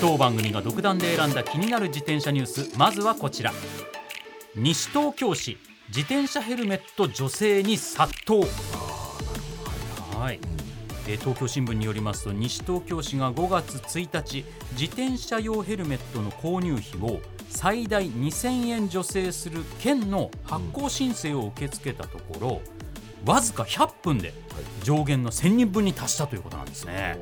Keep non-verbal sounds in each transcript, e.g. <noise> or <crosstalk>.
当番組が独断で選んだ気になる自転車ニュースまずはこちら西東京市自転車ヘルメット女性に殺到はいえー東京新聞によりますと西東京市が5月1日自転車用ヘルメットの購入費を最大2000円助成する県の発行申請を受け付けたところ、わずか100分で上限の1000人分に達したということなんですね。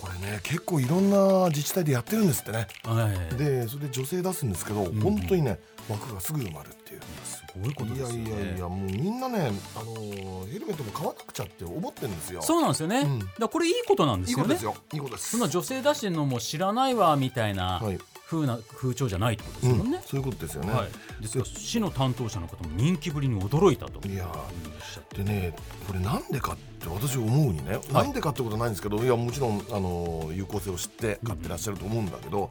これね結構いろんな自治体でやってるんですってねはいでそれで女性出すんですけど、本当にね枠がすぐ埋まるっていうすごいこといでやすよねいやいやもうみんなねあのーヘルメットも買わなくちゃって思ってるんですよそうなんですよね、うんだからこれいいことなんでいいすこよとねですよいいことですそんな女性出してるのも知らないわみたいなはい風な風潮じゃないってことですうもんんね、そういうことですよね、はい、ですから市の担当者の方も人気ぶりに驚いたといやおっしゃってでねこれなんでかって私思うにね、なんでかってことないんですけどいやもちろんあの有効性を知って買ってらっしゃると思うんだけど、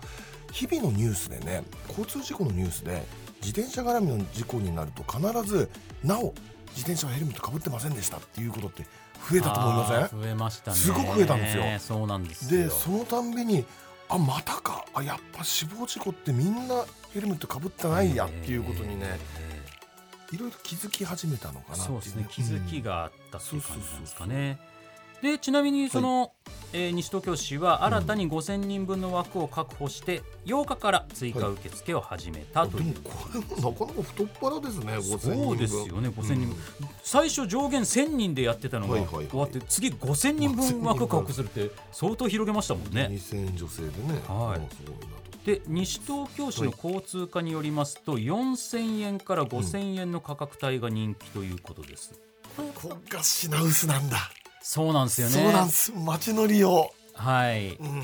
日々のニュースでね交通事故のニュースで自転車絡みの事故になると必ずなお自転車はヘルメットかぶってませんでしたっていうことって増えたと思いませんあー増えましたねすごく増えたんですよそうなんですよでそのたんびにあまたかあやっぱ死亡事故ってみんなヘルメットかぶってないやっていうことにね、いろいろ気づき始めたのかなっていそうですね気づき、があったっていう感じなんですかね。でちなみにその、えー西東京市は新たに5000人分の枠を確保して8日から追加受付を始めたうんとでいもう、これもなかなか太っ腹ですね5000人分そうですよね5000人分、うん最初上限1000人でやってたのはいがはいはい終わって次5000人分枠確保するって相当広げましたもんね。 2000円女性でね、はいもうすごいなとで西東京市の交通課によりますと4000円から5000円の価格帯が人気ということです。ここが品薄なんだ、そうなんですよねそうなんです街乗り用、はいうん、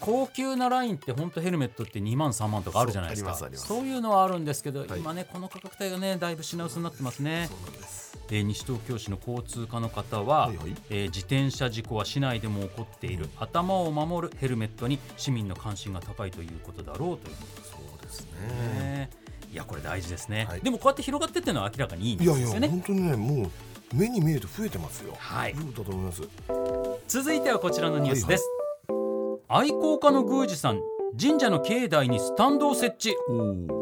高級なラインって本当ヘルメットって2万3万とかあるじゃないですかそうありますありますそういうのはあるんですけど、はい今ねこの価格帯がねだいぶ品薄になってますねそうなんですで西東京市の交通課の方は、はいはいえー自転車事故は市内でも起こっている、頭を守るヘルメットに市民の関心が高いということだろうということそうでですすねね、いやこれ大事ですね、はいでもこうやって広がってってるのは明らかにいいんでいすやよいねや本当にねもう目に見えて増えてますよはいいうことだと思います続いてはこちらのニュースです、愛好家の宮司さん神社の境内にスタンドを設置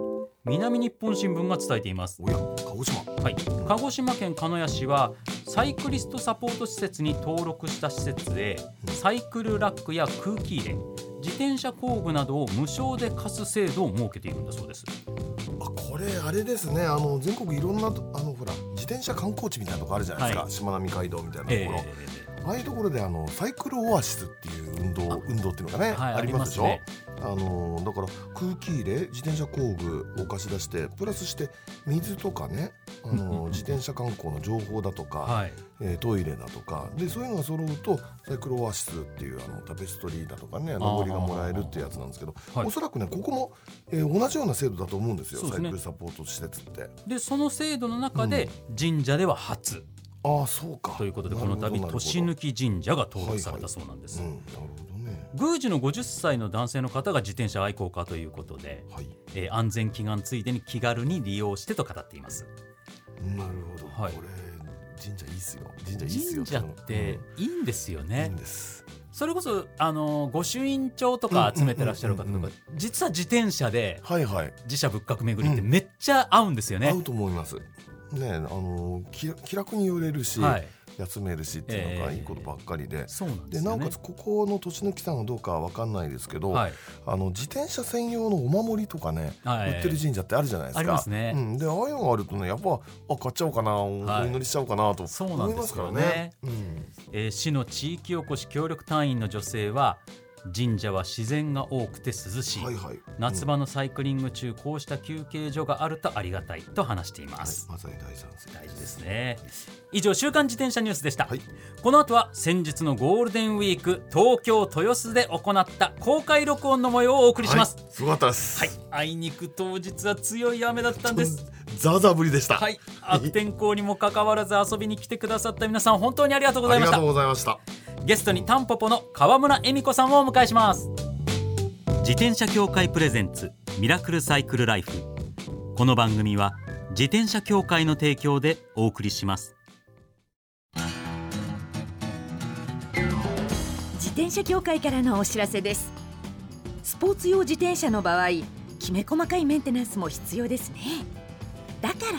南日本新聞が伝えています、おや鹿児島はい、鹿児島県鹿屋市はサイクリストサポート施設に登録した施設へサイクルラックや空気入れ自転車工具などを無償で貸す制度を設けているんだそうですあこれあれですねあの全国いろんなとあのほら自転車観光地みたいなとこあるじゃないですか、はいしまなみ海道みたいなとえころ、えああいうところであのサイクルオアシスっていう運動運動っていうのがね、はいありますでしょありあのだから空気入れ自転車工具を貸し出してプラスして水とかねあの自転車観光の情報だとか、はいえートイレだとかでそういうのが揃うとサイクルオアシスっていうあのタペストリーだとかね上りがもらえるっていうやつなんですけど、はいおそらくねここも、えー同じような制度だと思うんですよそうですサイねクルサポート施設って。でその制度の中で神社では初、ああそうかということでこの度年抜抜き神社が登録されたそうなんです、うんなるほどね宮司の50歳の男性の方が自転車愛好家ということで、はいえー安全祈願ついでに気軽に利用してと語っていますなるほど、はいこれ神社いいっすよ神社いいっすよ神社っていいんですようんいいねん、ですそれこそあのー御朱印帳とか集めてらっしゃる方うんとうんうかんうん実は自転車ではいはい、自社仏閣巡りってうめっちゃ合うんですよ合ね、うと思いますねあの気気楽に寄れるし、はい休めるしっていうのがええいいことばっかりで、そうなんでですなよおねかつここの年の木さんはどうかわかんないですけど、はいあの自転車専用のお守りとかね、はい売ってる神社ってあるじゃないですかありますねうん、でああいうのがあるとねやっぱあ買っちゃおうかなおはい祈りしちゃおうかなとそうなん思いでますすかよらねね。うんえー市の地域おこし協力隊員の女性は神社は自然が多くて涼しい、はいはい夏場のサイクリング中こうした休憩所があるとありがたいと話していまはいす、まさに第三世大事ですね以上週刊自転車ニュースでした、はいこの後は先日のゴールデンウィーク東京豊洲で行った公開録音の模様をお送りしますはい、すごかったですはい、あいにく当日は強い雨だったんですザーザーぶりでした、はい悪天候にもかかわらず遊びに来てくださった皆さん本当にありがとうござあいりましがとたうございましたゲストにタンポポの川村恵美子さんをお迎えします自転車協会プレゼンツミラクルサイクルライフこの番組は自転車協会の提供でお送りします自転車協会からのお知らせですスポーツ用自転車の場合きめ細かいメンテナンスも必要ですねだから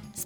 ス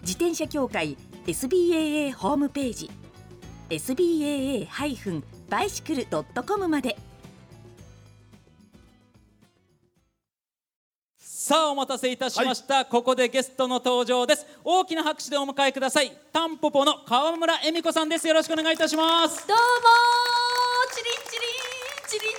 自転車協会 SBAA ホームページ SBAA-bicycle.com までさあお待たせいたしました、ここでゲストの登場です大きな拍手でお迎えくださいタンポポの川村恵美子さんですよろしくお願いいたしますどうもーチリ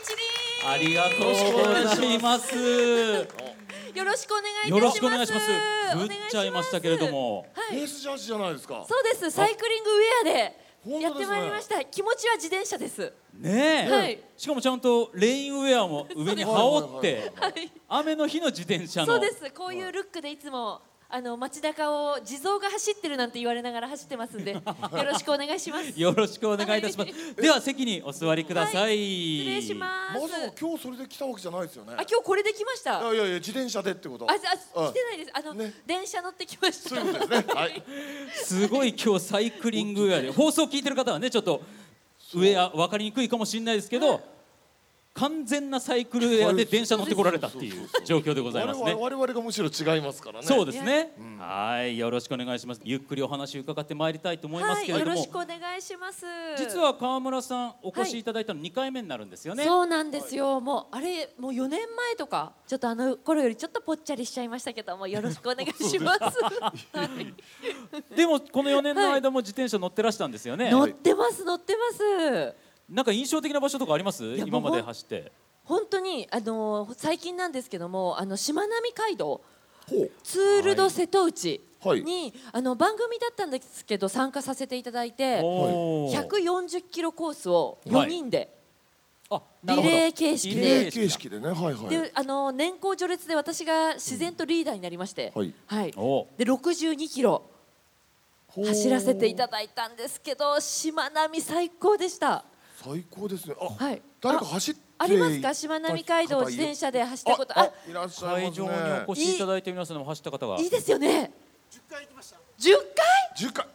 ンチリンチリンチリありがとうございますンよろしくお願いいたしますよろしくお願いしますおぶ願っいしますちゃいましたけれどもはいレースジャージじゃないですか。そうですサイクリングウェアでやってまいりました、気持ちは自転車ですねえ、はいしかもちゃんとレインウェアも上に羽織ってはい雨の日の自転車のそうですこういうルックでいつもあの街中を地蔵が走ってるなんて言われながら走ってますんでよろしくお願いしますよろしくお願いいたします、では席にお座りください、失礼しまますさか今日それで来たわけじゃないですよね。あ今日これできましたあいやいやいや自転車でってこと。あ来てい。ないですあの、ね電車乗ってきましたそういうことですね。はい。すごい今日サイクリングウェアで放送聞いてる方はねちょっとウェア分かりにくいかもしれないですけど完全なサイクルウェアで電車乗ってこられたっていう状況でございます我ね々我々がむしろ違いますからね。そうですね、はいよろしくお願いしますゆっくりお話伺ってまいりたいと思いますはいけれよどろも、しくお願いします実は川村さんお越しいただいたの2回目になるんですよね、そうなんですよ、もうあれもう4年前とかちょっとあの頃よりちょっとぽっちゃりしちゃいましたけどもよろしくお願いしますはいでもこの4年の間も自転車乗ってらしたんですよね、乗ってます乗ってますなんか印象的な場所とかありますや今まもでう走って本当にあのー最近なんですけどもあのしまなみ海道ほう。ツール・ド・瀬戸内に、はいあの番組だったんですけど参加させていただいておー140キロコースを4人で、あなるリほどレー形式リでレー形式でね。はいはい。であのー年功序列で私が自然とリーダーになりまして、はいはい、おーで62キロほう走らせていただいたんですけどしまなみ最高でした最高ですね。あ、はい誰か走ってありますかしまなみ海道自転車で走ったことああいらっしゃい会ますね場にお越しいただいて皆さんの走った方がいいですよね10回10回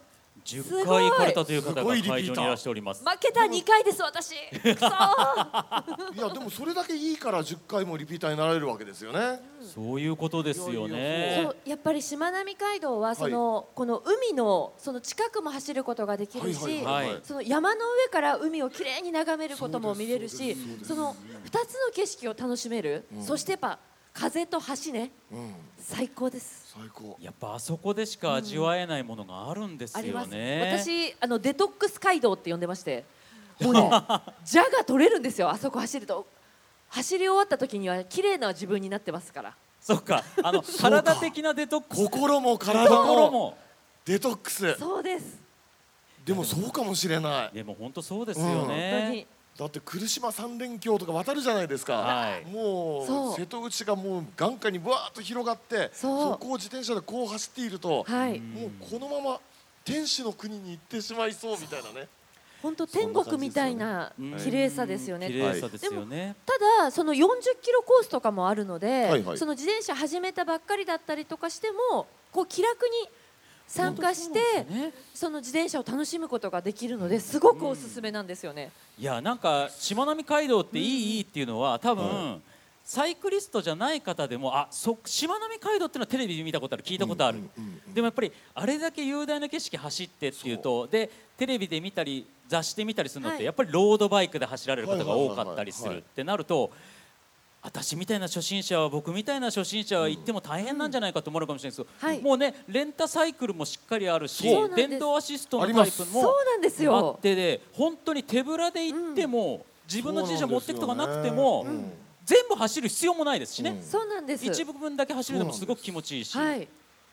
10すご回い行かれたという方すがご会いリピーター場にいらしております負けた2回です私くそーい <laughs> やでもそれだけいいから10回もリピーターになれるわけですよねそういうことですよねそうやっぱりしまなみ海道はその、この海のその近くも走ることができるし、はいはいはいその山の上から海をきれいに眺めることも見れるしそうですその2つの景色を楽しめる、そしてやっぱ風と橋ねうん最高です最高やっぱあそこでしか味わえないものがあるんですありよます。ね、私あのデトックス街道って呼んでまして、 <laughs> もうね、ジャが取れるんですよ。あそこ走ると、走り終わった時には綺麗な自分になってますから。 <laughs> そっかあの体的なデトックス心も体心ももデトックスそうです。でもそうかもしれないでも本当そうですよ本当ねに、だって来島三連橋とか渡るじゃないですか、はいもそうう瀬戸内がもう眼下にぶわーっと広がってそうこを自転車でこう走っていると、はいもうこのまま天使の国に行ってしまいそうみたいなね本当天国みたいなうん綺麗さですよね綺麗さですよね。ただその40キロコースとかもあるので、はいはいその自転車始めたばっかりだったりとかしてもこう気楽に参加してねその自転車を楽しむことができるのですごくおすすめなんですよね。いやなんかしまなみ海道っていいいいっていうのは多分サイクリストじゃない方でもあそしまなみ海道っていうのはテレビで見たことある聞いたことある、でもやっぱりあれだけ雄大な景色走ってっていうとでテレビで見たり雑誌で見たりするのっはていやっぱりロードバイクで走られる方が多かったりすはいはいはいはいるってなると私みたいな初心者は僕みたいな初心者は行っても大変なんじゃないかと思われるかもしれないですけど、はいもうねレンタサイクルもしっかりあるしそうなんです電動アシストのありタまイすプそもうなんですあよっ。てで本当に手ぶらで行っても、自分の自転車持ってくとかなくても、そうなんですよね全部走る必要もないですしね、うんそうなんです。一部分だけ走るのもすごく気持ちいいし、はい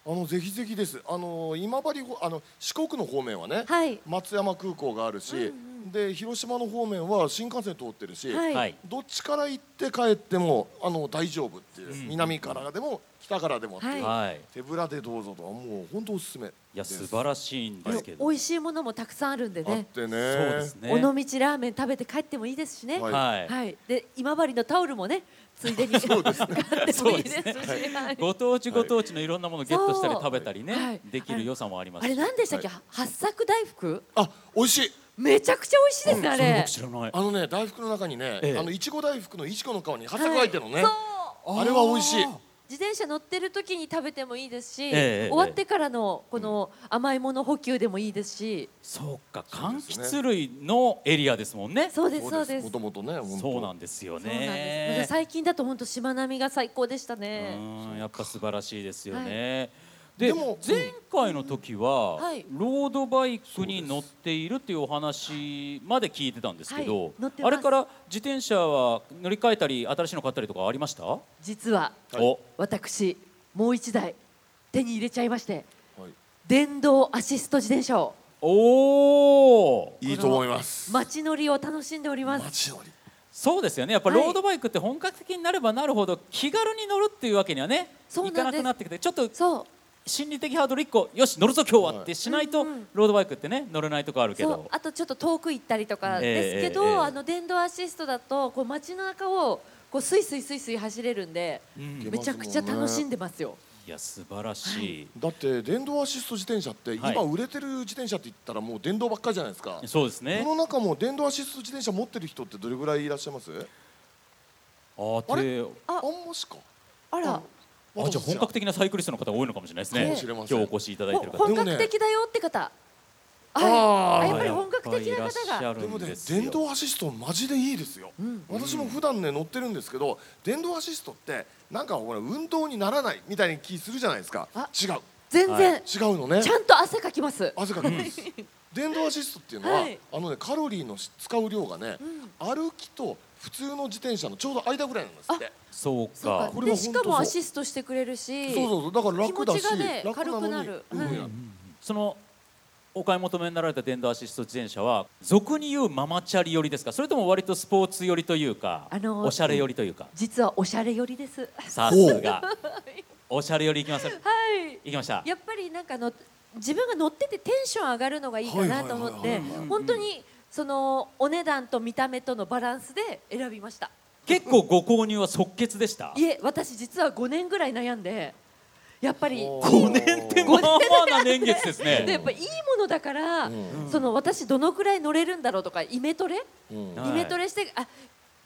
あのぜひぜひです。あの今治ほあの四国の方面はね、はい松山空港があるし、で広島の方面は新幹線通ってるし、はいはいどっちから行って帰ってもあの大丈夫っていう、南からでも北からでもっていう、はい手ぶらでどうぞとはもう本当おすすめです。いや素晴らしいんですけど、美味しいものもたくさんあるんであっね。てね。そうですね尾道ラーメン食べて帰ってもいいですしね。ははいい。はいで今治のタオルもねついでに買ってもいいですし。はいご当地ご当地のいろんなものをゲットしたり食べたりね、はいできる良さもありますあれ何でしたっけ、八作大福あ、美味しい。めちゃくちゃ美味しいですねあれ、僕知らないあのね大福の中にね、ええあのいちご大福のいちごの皮に八角入ってるのね。そうあれは美味しい。自転車乗ってる時に食べてもいいですし、えええ終わってからのこの甘いもの補給でもいいですし、そうか柑橘類のエリアですもんねそうですそうですもともとね、本当そうなんですよそうなんですだかねら最近だと本当しまなみが最高でしたうねーんやっぱ素晴らしいですよはいね。ででもうん前回の時は、うんはいロードバイクに乗っているっていうお話まで聞いてたんですけど、はい乗ってまあすれから自転車は乗り換えたり新しいの買ったりとかありました、実はお私もう一台手に入れちゃいましてはい電動アシスト自転車をおーいいと思います。街乗りを楽しんでおります街乗り。そうですよねやっぱはいロードバイクって本格的になればなるほど気軽に乗るっていうわけにはねそうないんですかなくなってきてちょっとそう心理的ハードル1個よし乗るぞ今日ははいってしないと、うんうんロードバイクってね乗れないとこあるけそうどあとちょっと遠く行ったりとかですけど、ええええええあの電動アシストだとこう街の中をこうスイスイスイスイ走れるんで、んめちゃくちゃ楽しんでますよ。いや素晴らしい、だって電動アシスト自転車ってはい今売れてる自転車って言ったらもう電動ばっかりじゃないですか、そうですねこの中も電動アシスト自転車持ってる人ってどれぐらいいらっしゃいますああれでああんましかあら、あじゃあ本格的的なサイクリストの方が多いのかもしれないですね。かもしれません今日お越しいただいてほる方。本でもね格的だよって方。あーはい、あやっぱり本格的やなっぱりいらっし方ゃが。るでんもねすよ電動アシストマジでいいですよ、私も普段ね乗ってるんですけど電動アシストってなんかほら運動にならないみたいな気するじゃないですかあ違う全然、違うのねちゃんと汗かきます。汗かき <laughs> ます電動アシストっていうのは、はいあのねカロリーの使う量がね、歩きと普通の自転車のちょうど間ぐらいなんですってそうか。そうかこれは本当でそしうかもアシストしてくれるし。そうそうそうだから楽だし気持ちがね楽のに軽くなるうんはいそのお買い求めになられた電動アシスト自転車は俗に言うママチャリ寄りですか。それとも割とスポーツ寄りというか、あのーおしゃれ寄りというか。実はおしゃれ寄 <laughs> りです。さすが。おしゃれ寄り行きました。はい。行きました。やっぱりなんかあの自分が乗っててテンション上がるのがいいかなと思っはいはていはいはい本当にそのお値段と見た目とのバランスで選びました結構ご購入は即決でした。いえ私実は5年ぐらい悩んでやっぱり5年でもまあまあな年月ですでやねっ。ぱいいものだから、その私どのくらい乗れるんだろうとかイメトレ、はいイメトレしてあ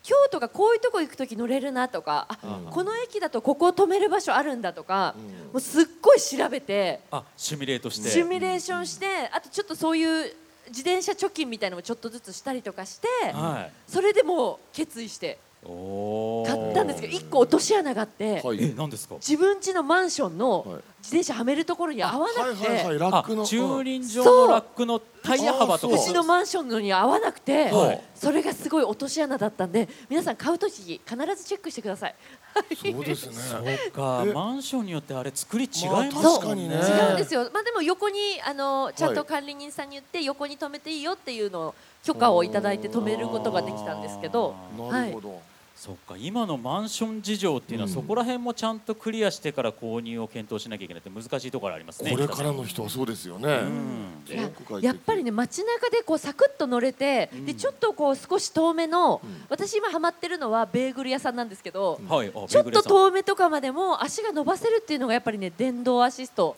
今日とかこういうとこ行く時乗れるなとかあ、この駅だとここ止める場所あるんだとか、もうすっごい調べてあ、シミュレートして。シミュレーションして、あとちょっとそういう自転車貯金みたいなのもちょっとずつしたりとかして、はい。それでもう決意しておお。買ったんですけど1個落とし穴があって、はいえ、何ですか。自分家のマンションはいの自転車はめるところに合わなくて、はいはいはいラあックの駐輪場そのうラックのタイヤ幅とかあうちのマンションのに合わなくて、はいそれがすごい落とし穴だったんで皆さん買うとき必ずチェックしてください。うんそう <laughs> ですねそうかえマンションによってあれ作り違いますまもあ確かにんねね違うんですよ、まあ、でも横にあのちゃんと管理人さんに言って横に止めていいよっていうのを許可をいただいて止めることができたんですけどなるほど、そっか今のマンション事情っていうのは、そこら辺もちゃんとクリアしてから購入を検討しなきゃいけないって難しいところありますねこれからの人はそうですよね、うんいや全国入てやっぱりね街中でこうサクッと乗れて、でちょっとこう少し遠めの、私今ハマってるのはベーグル屋さんなんですけど、はい、あちょっビグレとさん遠めとかまでも足が伸ばせるっていうのがやっぱりね電動アシスト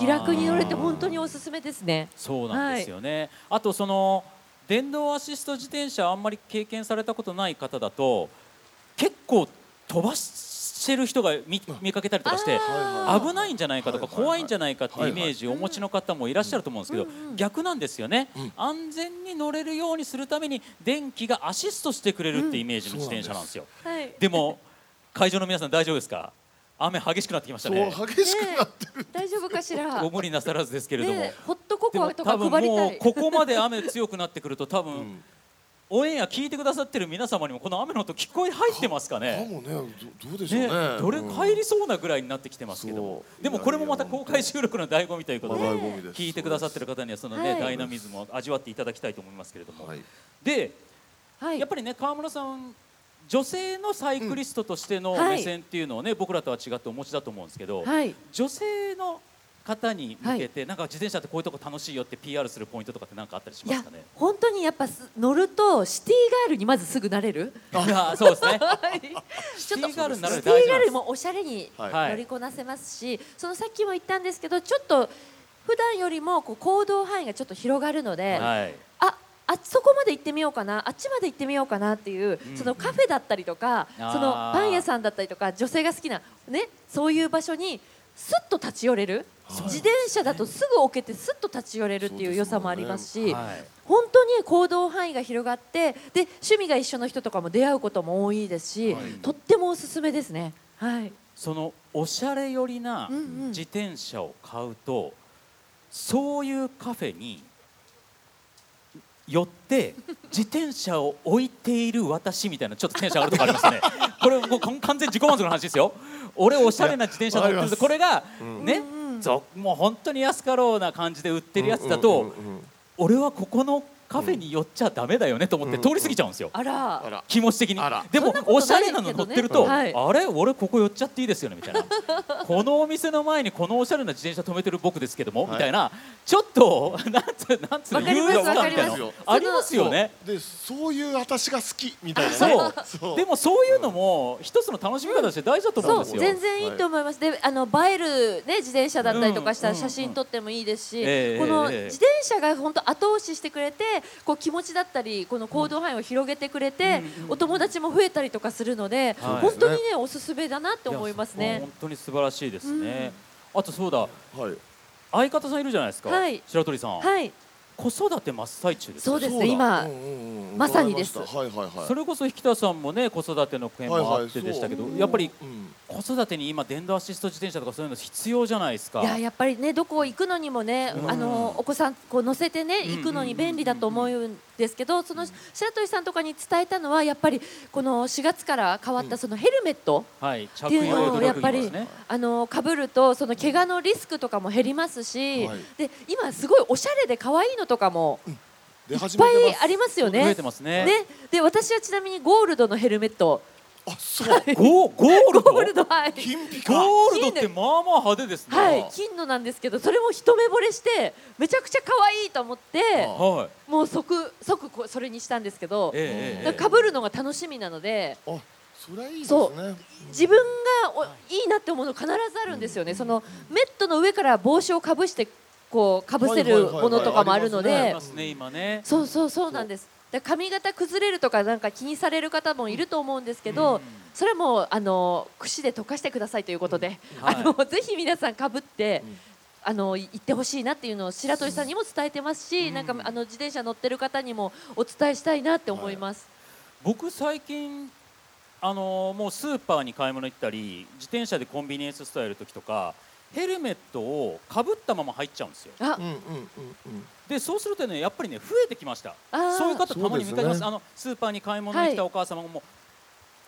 気楽に乗れて本当におすすめですね。そうなんですよね、あとその電動アシスト自転車あんまり経験されたことない方だと結構飛ばしてる人が見見かけたりとかしてあー危ないんじゃないかとかはいはいはい怖いんじゃないかってイメージをお持ちの方もいらっしゃると思うんですけど逆なんですよね安全に乗れるようにするために電気がアシストしてくれるってイメージの自転車なんですよはい、でも会場の皆さん大丈夫ですか雨激しくなってきましたねそう激しくなってる、大丈夫かしら。ご無理なさらずですけれども、ねえホットコでコもアとか多分配りたもうい。ここまで雨強くなってくると多分、んオンエア聞いてくださってる皆様にもこの雨の音聞こえ入ってますかかねもねどどうでしょうねね、どれうん帰りそうなぐらいになってきてますけども、そうでもこれもまた公開収録の醍醐味ということで、まあ醍醐味です聞いてくださってる方にはそのね、はいダイナミズムを味わっていただきたいと思いますけれども、はいではいやっぱりね川村さん女性のサイクリストとしてのうんはい目線っていうのをね、僕らとは違ってお持ちだと思うんですけど、はい女性の方に向けて、なんか自転車ってこういうとこ楽しいよって PR するポイントとかってなんかあったりしいまやすかね本当にやっぱす乗るとシティガールにまずすぐなれる。い <laughs> やそう <laughs> ですねはいちょっとシティガールになるシのテ大ィ事なんでガールすもおしゃれにはい乗りこなせますし、そのさっきも言ったんですけどちょっと普段よりもこう行動範囲がちょっと広がるので、はいああそこまで行ってみようかなあっちまで行ってみようかなっていう、うんそのカフェだったりとかあーそのパン屋さんだったりとか女性が好きな、ね、そういう場所にすっと立ち寄れる、自転車だとすぐ置けてすっと立ち寄れるっていう良さもありますし。はい本当に行動範囲が広がってで趣味が一緒の人とかも出会うことも多いですし、とってもおすすめですね。はい、そのおしゃれ寄りなうんうん自転車を買うと、そういうカフェに寄って自転車を置いている私みたいなちょっとテンション上がるとこあります <laughs> ねこれもう完全自己満足の話ですよ俺おしゃれな自転車乗ってるわかりまぞすこれが、ね、ぞもう本当に安かろうな感じで売ってるやつだと、うんうんうんうん俺はここのカフェに寄っちゃダメだよねと思って通り過ぎちゃうんですよ、あらあら気持ち的にあらでもそんなことおしゃれなの乗ってると、ないけどねあれ俺ここ寄っちゃっていいですよねみたい <laughs> なこのお店の前にこのおしゃれな自転車止めてる僕ですけども、はいみたいなちょっとなんつうなんつうわかります優越わ感かみりたまいすなそありますよねでそういう私が好きみたいなねそうそうでもそういうのも一つの楽しみ方として大事だと思うんそでうすよ、全然いいと思います、であの映える、ね、自転車だったりとかしたうんらうんうん写真撮ってもいいですし、ええこのええ自転車が本当後押ししてくれてこう気持ちだったりこの行動範囲を広げてくれて、お友達も増えたりとかするので、はい本当にねおすすめだなって思いますやね本。当に素晴らしいですね、あとそうだはい相方さんいるじゃないですか、はい白鳥さん、はい、子育て真っ最中ですよそうですだね今、うんうんうんまさにです伺いましたはいはいはいそれこそ引田さんもね子育ての件もあってでしたけど、はいはいそうやっぱりうん子育てに今電動アシスト自転車とかそういうの必要じゃないですかいややっぱりねどこ行くのにもね、うんあのお子さんこう乗せてねうん行くのに便利だと思うんですけどその白鳥さんとかに伝えたのはやっぱりこの4月から変わったそのヘルメット、はいっ着ていう用の努をやっ力義務でぱりすねあの被るとその怪我のリスクとかも減りますし、はいで今すごいおしゃれで可愛いのとかもいっ出始ぱめいてますありますよね。増えてますねねで私はちなみにゴールドのヘルメットあそうゴーゴールドゴールドはい。金ピカゴールドってまあまあ派手ですねはい、金のなんですけどそれも一目惚れしてめちゃくちゃ可愛いと思ってはいもう即即こうそれにしたんですけどええええかぶるのが楽しみなのであそれはいいですそね自分がおいいなって思うの必ずあるんですよね、そのメットの上から帽子をかぶしてこうかぶせはいはいるはいはいものとかもあるのあありりでますね今ねそうそうそうなんですだから髪型崩れるとかなんか気にされる方もいると思うんですけど、それはもうあの櫛で溶かしてくださいということで、はいあのぜひ皆さんかぶって。あのい行ってほしいなっていうのを白鳥さんにも伝えてますし、なんかあの自転車乗ってる方にもお伝えしたいなって思います。僕最近あのーもうスーパーに買い物行ったり自転車でコンビニエンスストアやる時とかヘルメットをかぶったまま入っちゃうんですよあうんうんうんうんでそうするとねやっぱりね増えてきましたあーそういう方たまに見かけまそうですすねあのスーパーに買い物に来たお母様も、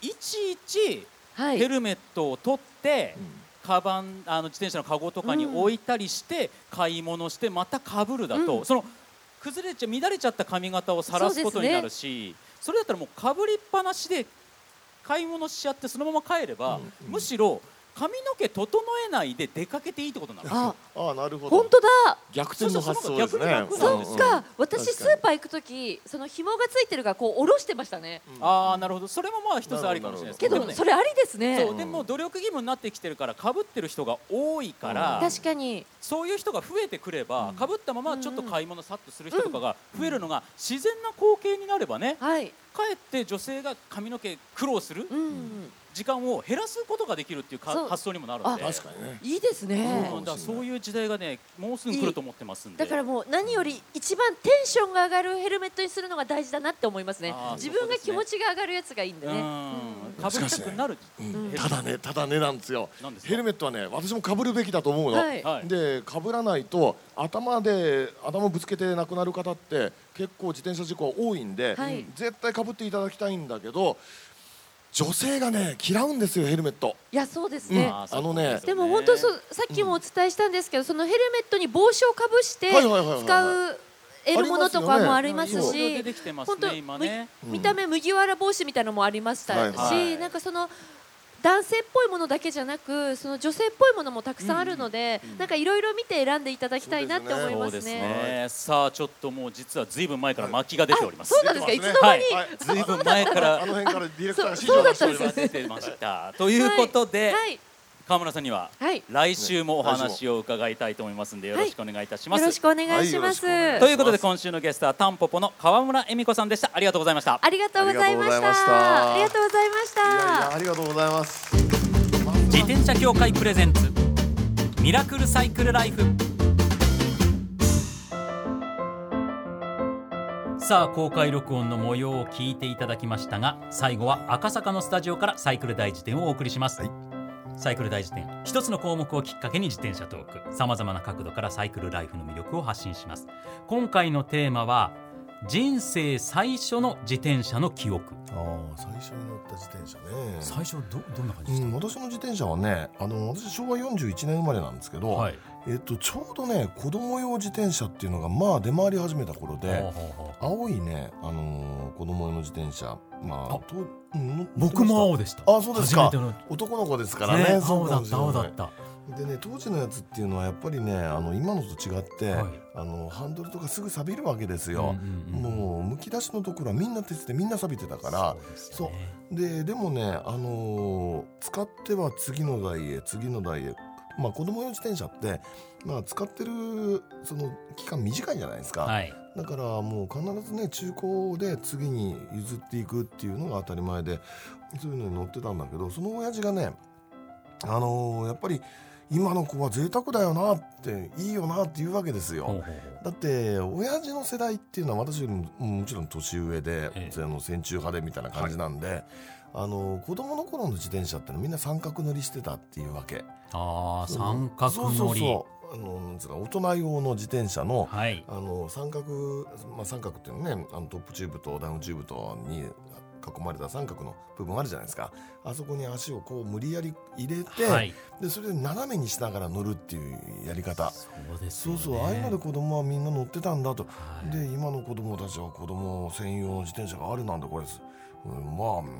い、ちいちはい、ヘルメットを取って、カバンあの自転車のカゴとかに置いたりして、買い物してまたかぶるだと、うんその崩れちゃ乱れちゃった髪型を晒すことになるしそ,、れだったらもうかぶりっぱなしで買い物しちゃってそのまま帰れば、むしろ髪の毛整えないで出かけていいってことなのあああなるほど本当だ逆転の発想ですねそうそうそう逆に楽なんそですっよか私確スかにーパー行く時その紐がついてるからこう下ろしてましたねああなるほどそれもまあ一つありかもしれないですけでもどねそれありですねそうでも努力義務になってきてるからかぶってる人が多いから、確かにそういう人が増えてくればかぶったままちょっと買い物さっとする人とかが増えるのが自然な光景になればねはいかえって女性が髪の毛苦労するうん時間を減らすことができるっていうかそう発想にもなるんであ確かにねいいですねうんだからそういう時代がねもうすぐ来ると思ってますんでだからもう何より一番テンションが上がるヘルメットにするのが大事だなって思いますねあー自分が気そう持ですちが上がるやつがいいんでうねんかぶりたくなる、うんただねただねなんですよなんですかヘルメットはね私もかぶるべきだと思うの、はいはいでかぶらないと頭で頭ぶつけて亡くなる方って結構自転車事故は多いんで、はい絶対かぶっていただきたいんだけど女性がね嫌うんですよヘルメットいやそうですねあーそうあのねそうでよも本当そうさっきもお伝えしたんですけどそのヘルメットに帽子をかぶしてはいはいはいはい使う得るものとかもありますあいろいろし出てきてます本当ね今ねむ見た目麦わら帽子みたいなのもありましはいたはしいなんかその男性っぽいものだけじゃなくその女性っぽいものもたくさんあるのでなんかいろいろ見て選んでいただきたいなって思いそまうですすね。ねさあちょっともう実はずいぶん前から巻きが出ておりますそうなんですかいつの間はにい、ずいぶん前かあらの辺からディレクターが指示そうを出だっしたておんりですねます出てました。ということで、はい川村さんにははい来週もお話を伺いたいと思いますのでよろしくお願いいたしまよす。ろしくお願いします。はいよろしくお願ということで今週のゲストはタンポポの川村恵美子さんでした。ありがとうございました。ありがとうございました。あありりががととうございましいやいやた。ありがとうございます自転車協会プレゼンツミラクルサイクルライフさあ公開録音の模様を聞いていただきましたが最後は赤坂のスタジオからサイクル大辞典をお送りします、サイクル大辞典一つの項目をきっかけに自転車トークさまざまな角度からサイクルライフの魅力を発信します今回のテーマは人生最初の自転車の記憶ああ最初に乗った自転車ね初どどんな感うん、私の自転車はねあの私昭和41年生まれなんですけど、はいえっと、ちょうどね子供用自転車っていうのがまあ出回り始めた頃でほうほうほう青いね、あのー子供用の自転車、まあ、あとうん乗ってました僕も青でしたあそうですか初めての男の子ですからねねそ青うだかっもしたれない青だったでね当時のやつっていうのはやっぱりねあの今のと違って、はいあのハンドルとかすぐ錆びるわけですよ、うんうんうんもうむき出しのところはみんな鉄でみんな錆びてたからそうですよねででもね、あのー使っては次の代へ次の代へ、まあ、子供用自転車って、まあ、使ってるその期間短いじゃないですか、はいだからもう必ずね中古で次に譲っていくっていうのが当たり前でそういうのに乗ってたんだけどその親父がねあのーやっぱり今の子は贅沢だよなっていいよなって言うわけですよ。ほうほうほうだって親父の世代っていうのは私よりももちろん年上で、ええその戦中派でみたいな感じなんで、あの子供の頃の自転車ってのはみんな三角乗りしてたっていうわけあー三角そうそ乗うりそうあのなんつうか大人用の自転車の、はいあの三角、まあ、三角っていうのはねあのトップチューブとダウンチューブとに囲まれた三角の部分あるじゃないですかあそこに足をこう無理やり入れて、はいでそれで斜めにしながら乗るっていうやり方そうですよそうねそう、ああいうので子供はみんな乗ってたんだと、はいで今の子供たちは子供専用の自転車があるなんだこれです、うんま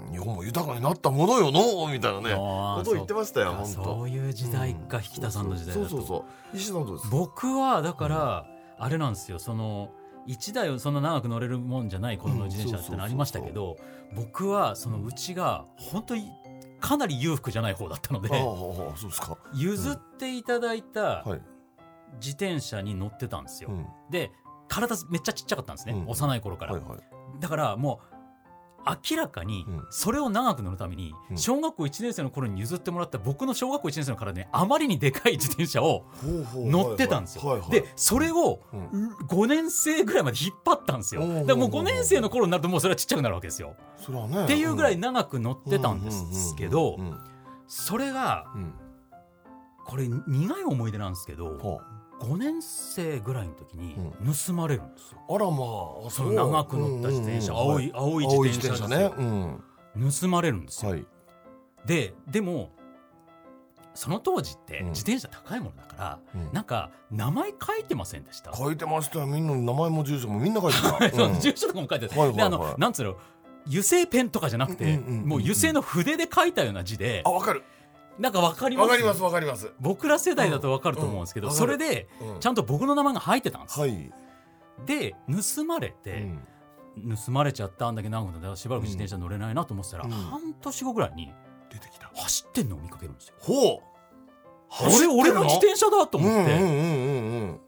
あ日本も豊かになったものよのみたいなねあーことを言ってましたよそう本か当そういう時代が引田さんの時代だとそうそうそう石田さんどうですか僕はだからあれなんですよその1台をそんな長く乗れるもんじゃない子供の自転車ってのありましたけど僕はそのうちが本当にかなり裕福じゃない方だったのでああああそうですか譲っていただいたはい、自転車に乗ってたんですよ、うん、で体めっちゃちっちゃかったんですね、うん幼い頃から、はいはいだからもう明らかにうんそれを長く乗るためにうん小学校1年生の頃に譲ってもらった僕の小学校1年生の体にあまりにでかい自転車をほうほう乗ってたんですはいよは。いでそれをうん5年生ぐらいまで引っ張ったんですよ。おうおうおだうからもう5年生の頃になるともうそれはちっちゃくなるわけですよ。それはねっていうぐらい乗長く乗ってたんですけどうんうんそれがうんこれ苦い思い出なんですけどは5年生ぐらいの時に盗まれるんですよ。ああらまあその長く乗った自転車うんうんうん青い青い青い自自転転車車ですねようん盗まれるんですよ。はいででもその当時ってうん自転車高いものだから、うんなんか名前書いてませんでした、書いてましたよみんな名前も住所もみんな書いてた <laughs> そううん住所とかも書いてある、はいはいはいであのなんつうの油性ペンとかじゃなくて、うんうんうんうんもう油性の筆で書いたような字であ、わかる。なんかわかりまわすかります。わかります。僕ら世代だとわかると思うんですけど、うんうんそれでうんちゃんと僕の名前が入ってたんです、はい、で盗まれて、うん盗まれちゃったんだけどなんかしばらく自転車乗れないなと思ってたら、うん半年後ぐらいに出てきた走ってんのを見かけるんですよ。ほあれ俺の自転車だとううん思うっんて、うん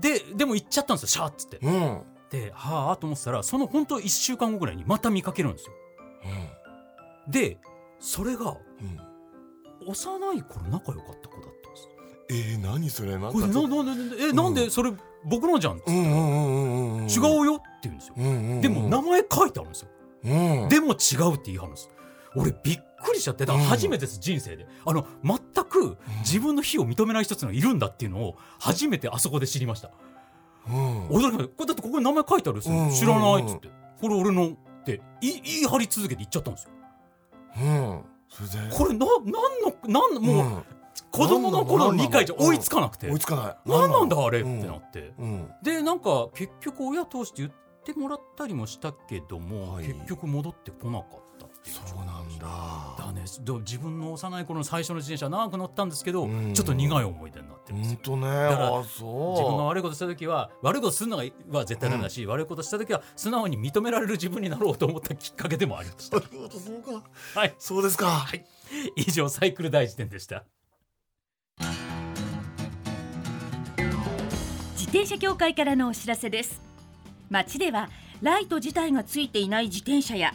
ででも行っちゃったんですよシャーっつって。うんうんうんではあと思ってたらその本当1週間後ぐらいにまた見かけるんですよ。でそれがうん幼い頃仲良かった子だったんです。えー、何それなんこれかなちょっとななえなんでそれ僕のじゃん、うんうんうんうんうん違うよって言うんですよ。うんうんうんでも名前書いてあるんですよ。うんでも違うって言い張るんです俺びっくりしちゃってだから初めてです人生であの全く自分の非を認めない人っていうのがいるんだっていうのを初めてあそこで知りましたうん驚きましたこれだってここに名前書いてあるんですうんうんうよん知らないっつってこれ俺のって言い言い張り続けて言っちゃったんですようんそれでこれななんのなんもう子供の頃の理解じゃ追いつかなくてうん追いつかない何なんだあれっうてんなってうんでなんか結局親通して言ってもらったりもしたけどもはい結局戻ってこなかったっていうそうなんだだね、でも自分の幼い頃の最初の自転車は長く乗ったんですけど、うんちょっと苦い思い出になってるんです本よ。当ねらあそう自分が悪いことした時は悪いことするのがは絶対ダメだし、悪いことした時は素直に認められる自分になろうと思ったきっかけでもありまし <laughs> なるほどそうかた。はい、そうですか以上サイクル大辞典でした。自転車協会からのお知らせです街ではライト自体がついていない自転車や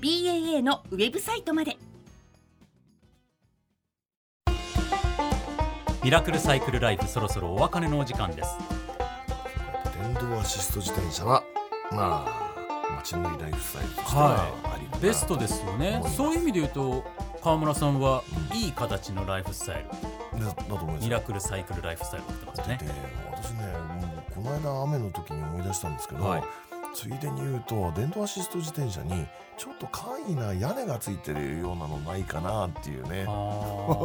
BAA のウェブサイトまでミラクルサイクルライフそろそろお別れのお時間です。電動アシスト自転車はまあ街乗りライフスタイルとしてははありだなベストですよね思い。ますそういう意味で言うと川村さんはいい形のライフスタイだだと思いまル、すミラクルサイクルライフスタイルを送ってますねで。私ねもうこの間雨の時に思い出したんですけど、はいついでに言うと電動アシスト自転車にちょっと簡易な屋根がついてるようなのないかなっていうねわ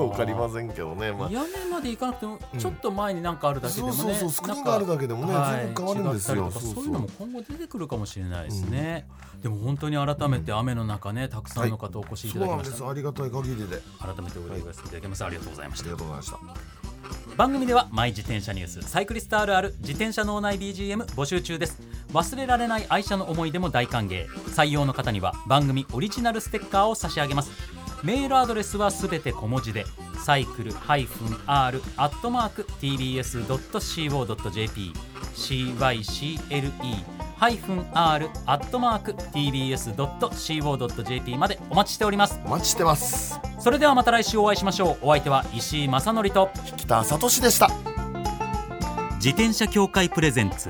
わかりませんけどね、まあ、屋根まで行かなくてもうんちょっと前になんかあるだけでそもうね、そうそうスクリーンがあるだけでもねはい全然変わるんです違よったりとかそそうそうういうのも今後出てくるかもしれないですね、でも本当に改めて雨の中ねたくさんの方お越しいそたうだきなんまでした、すありがたい限りで改めてお呼びさせていただきます、ありがとうございまあしりたがとうございました番組ではマイ自転車ニュースサイクリストあるある自転車脳内 BGM 募集中です忘れられない愛車の思い出も大歓迎採用の方には番組オリジナルステッカーを差し上げますメールアドレスはすべて小文字でサイクル -r-tbs.co.jp cycle-r-tbs.co.jp までお待ちしておりますお待ちしてますそれではまた来週お会いしましょうお相手は石井正則と北里志でした自転車協会プレゼンツ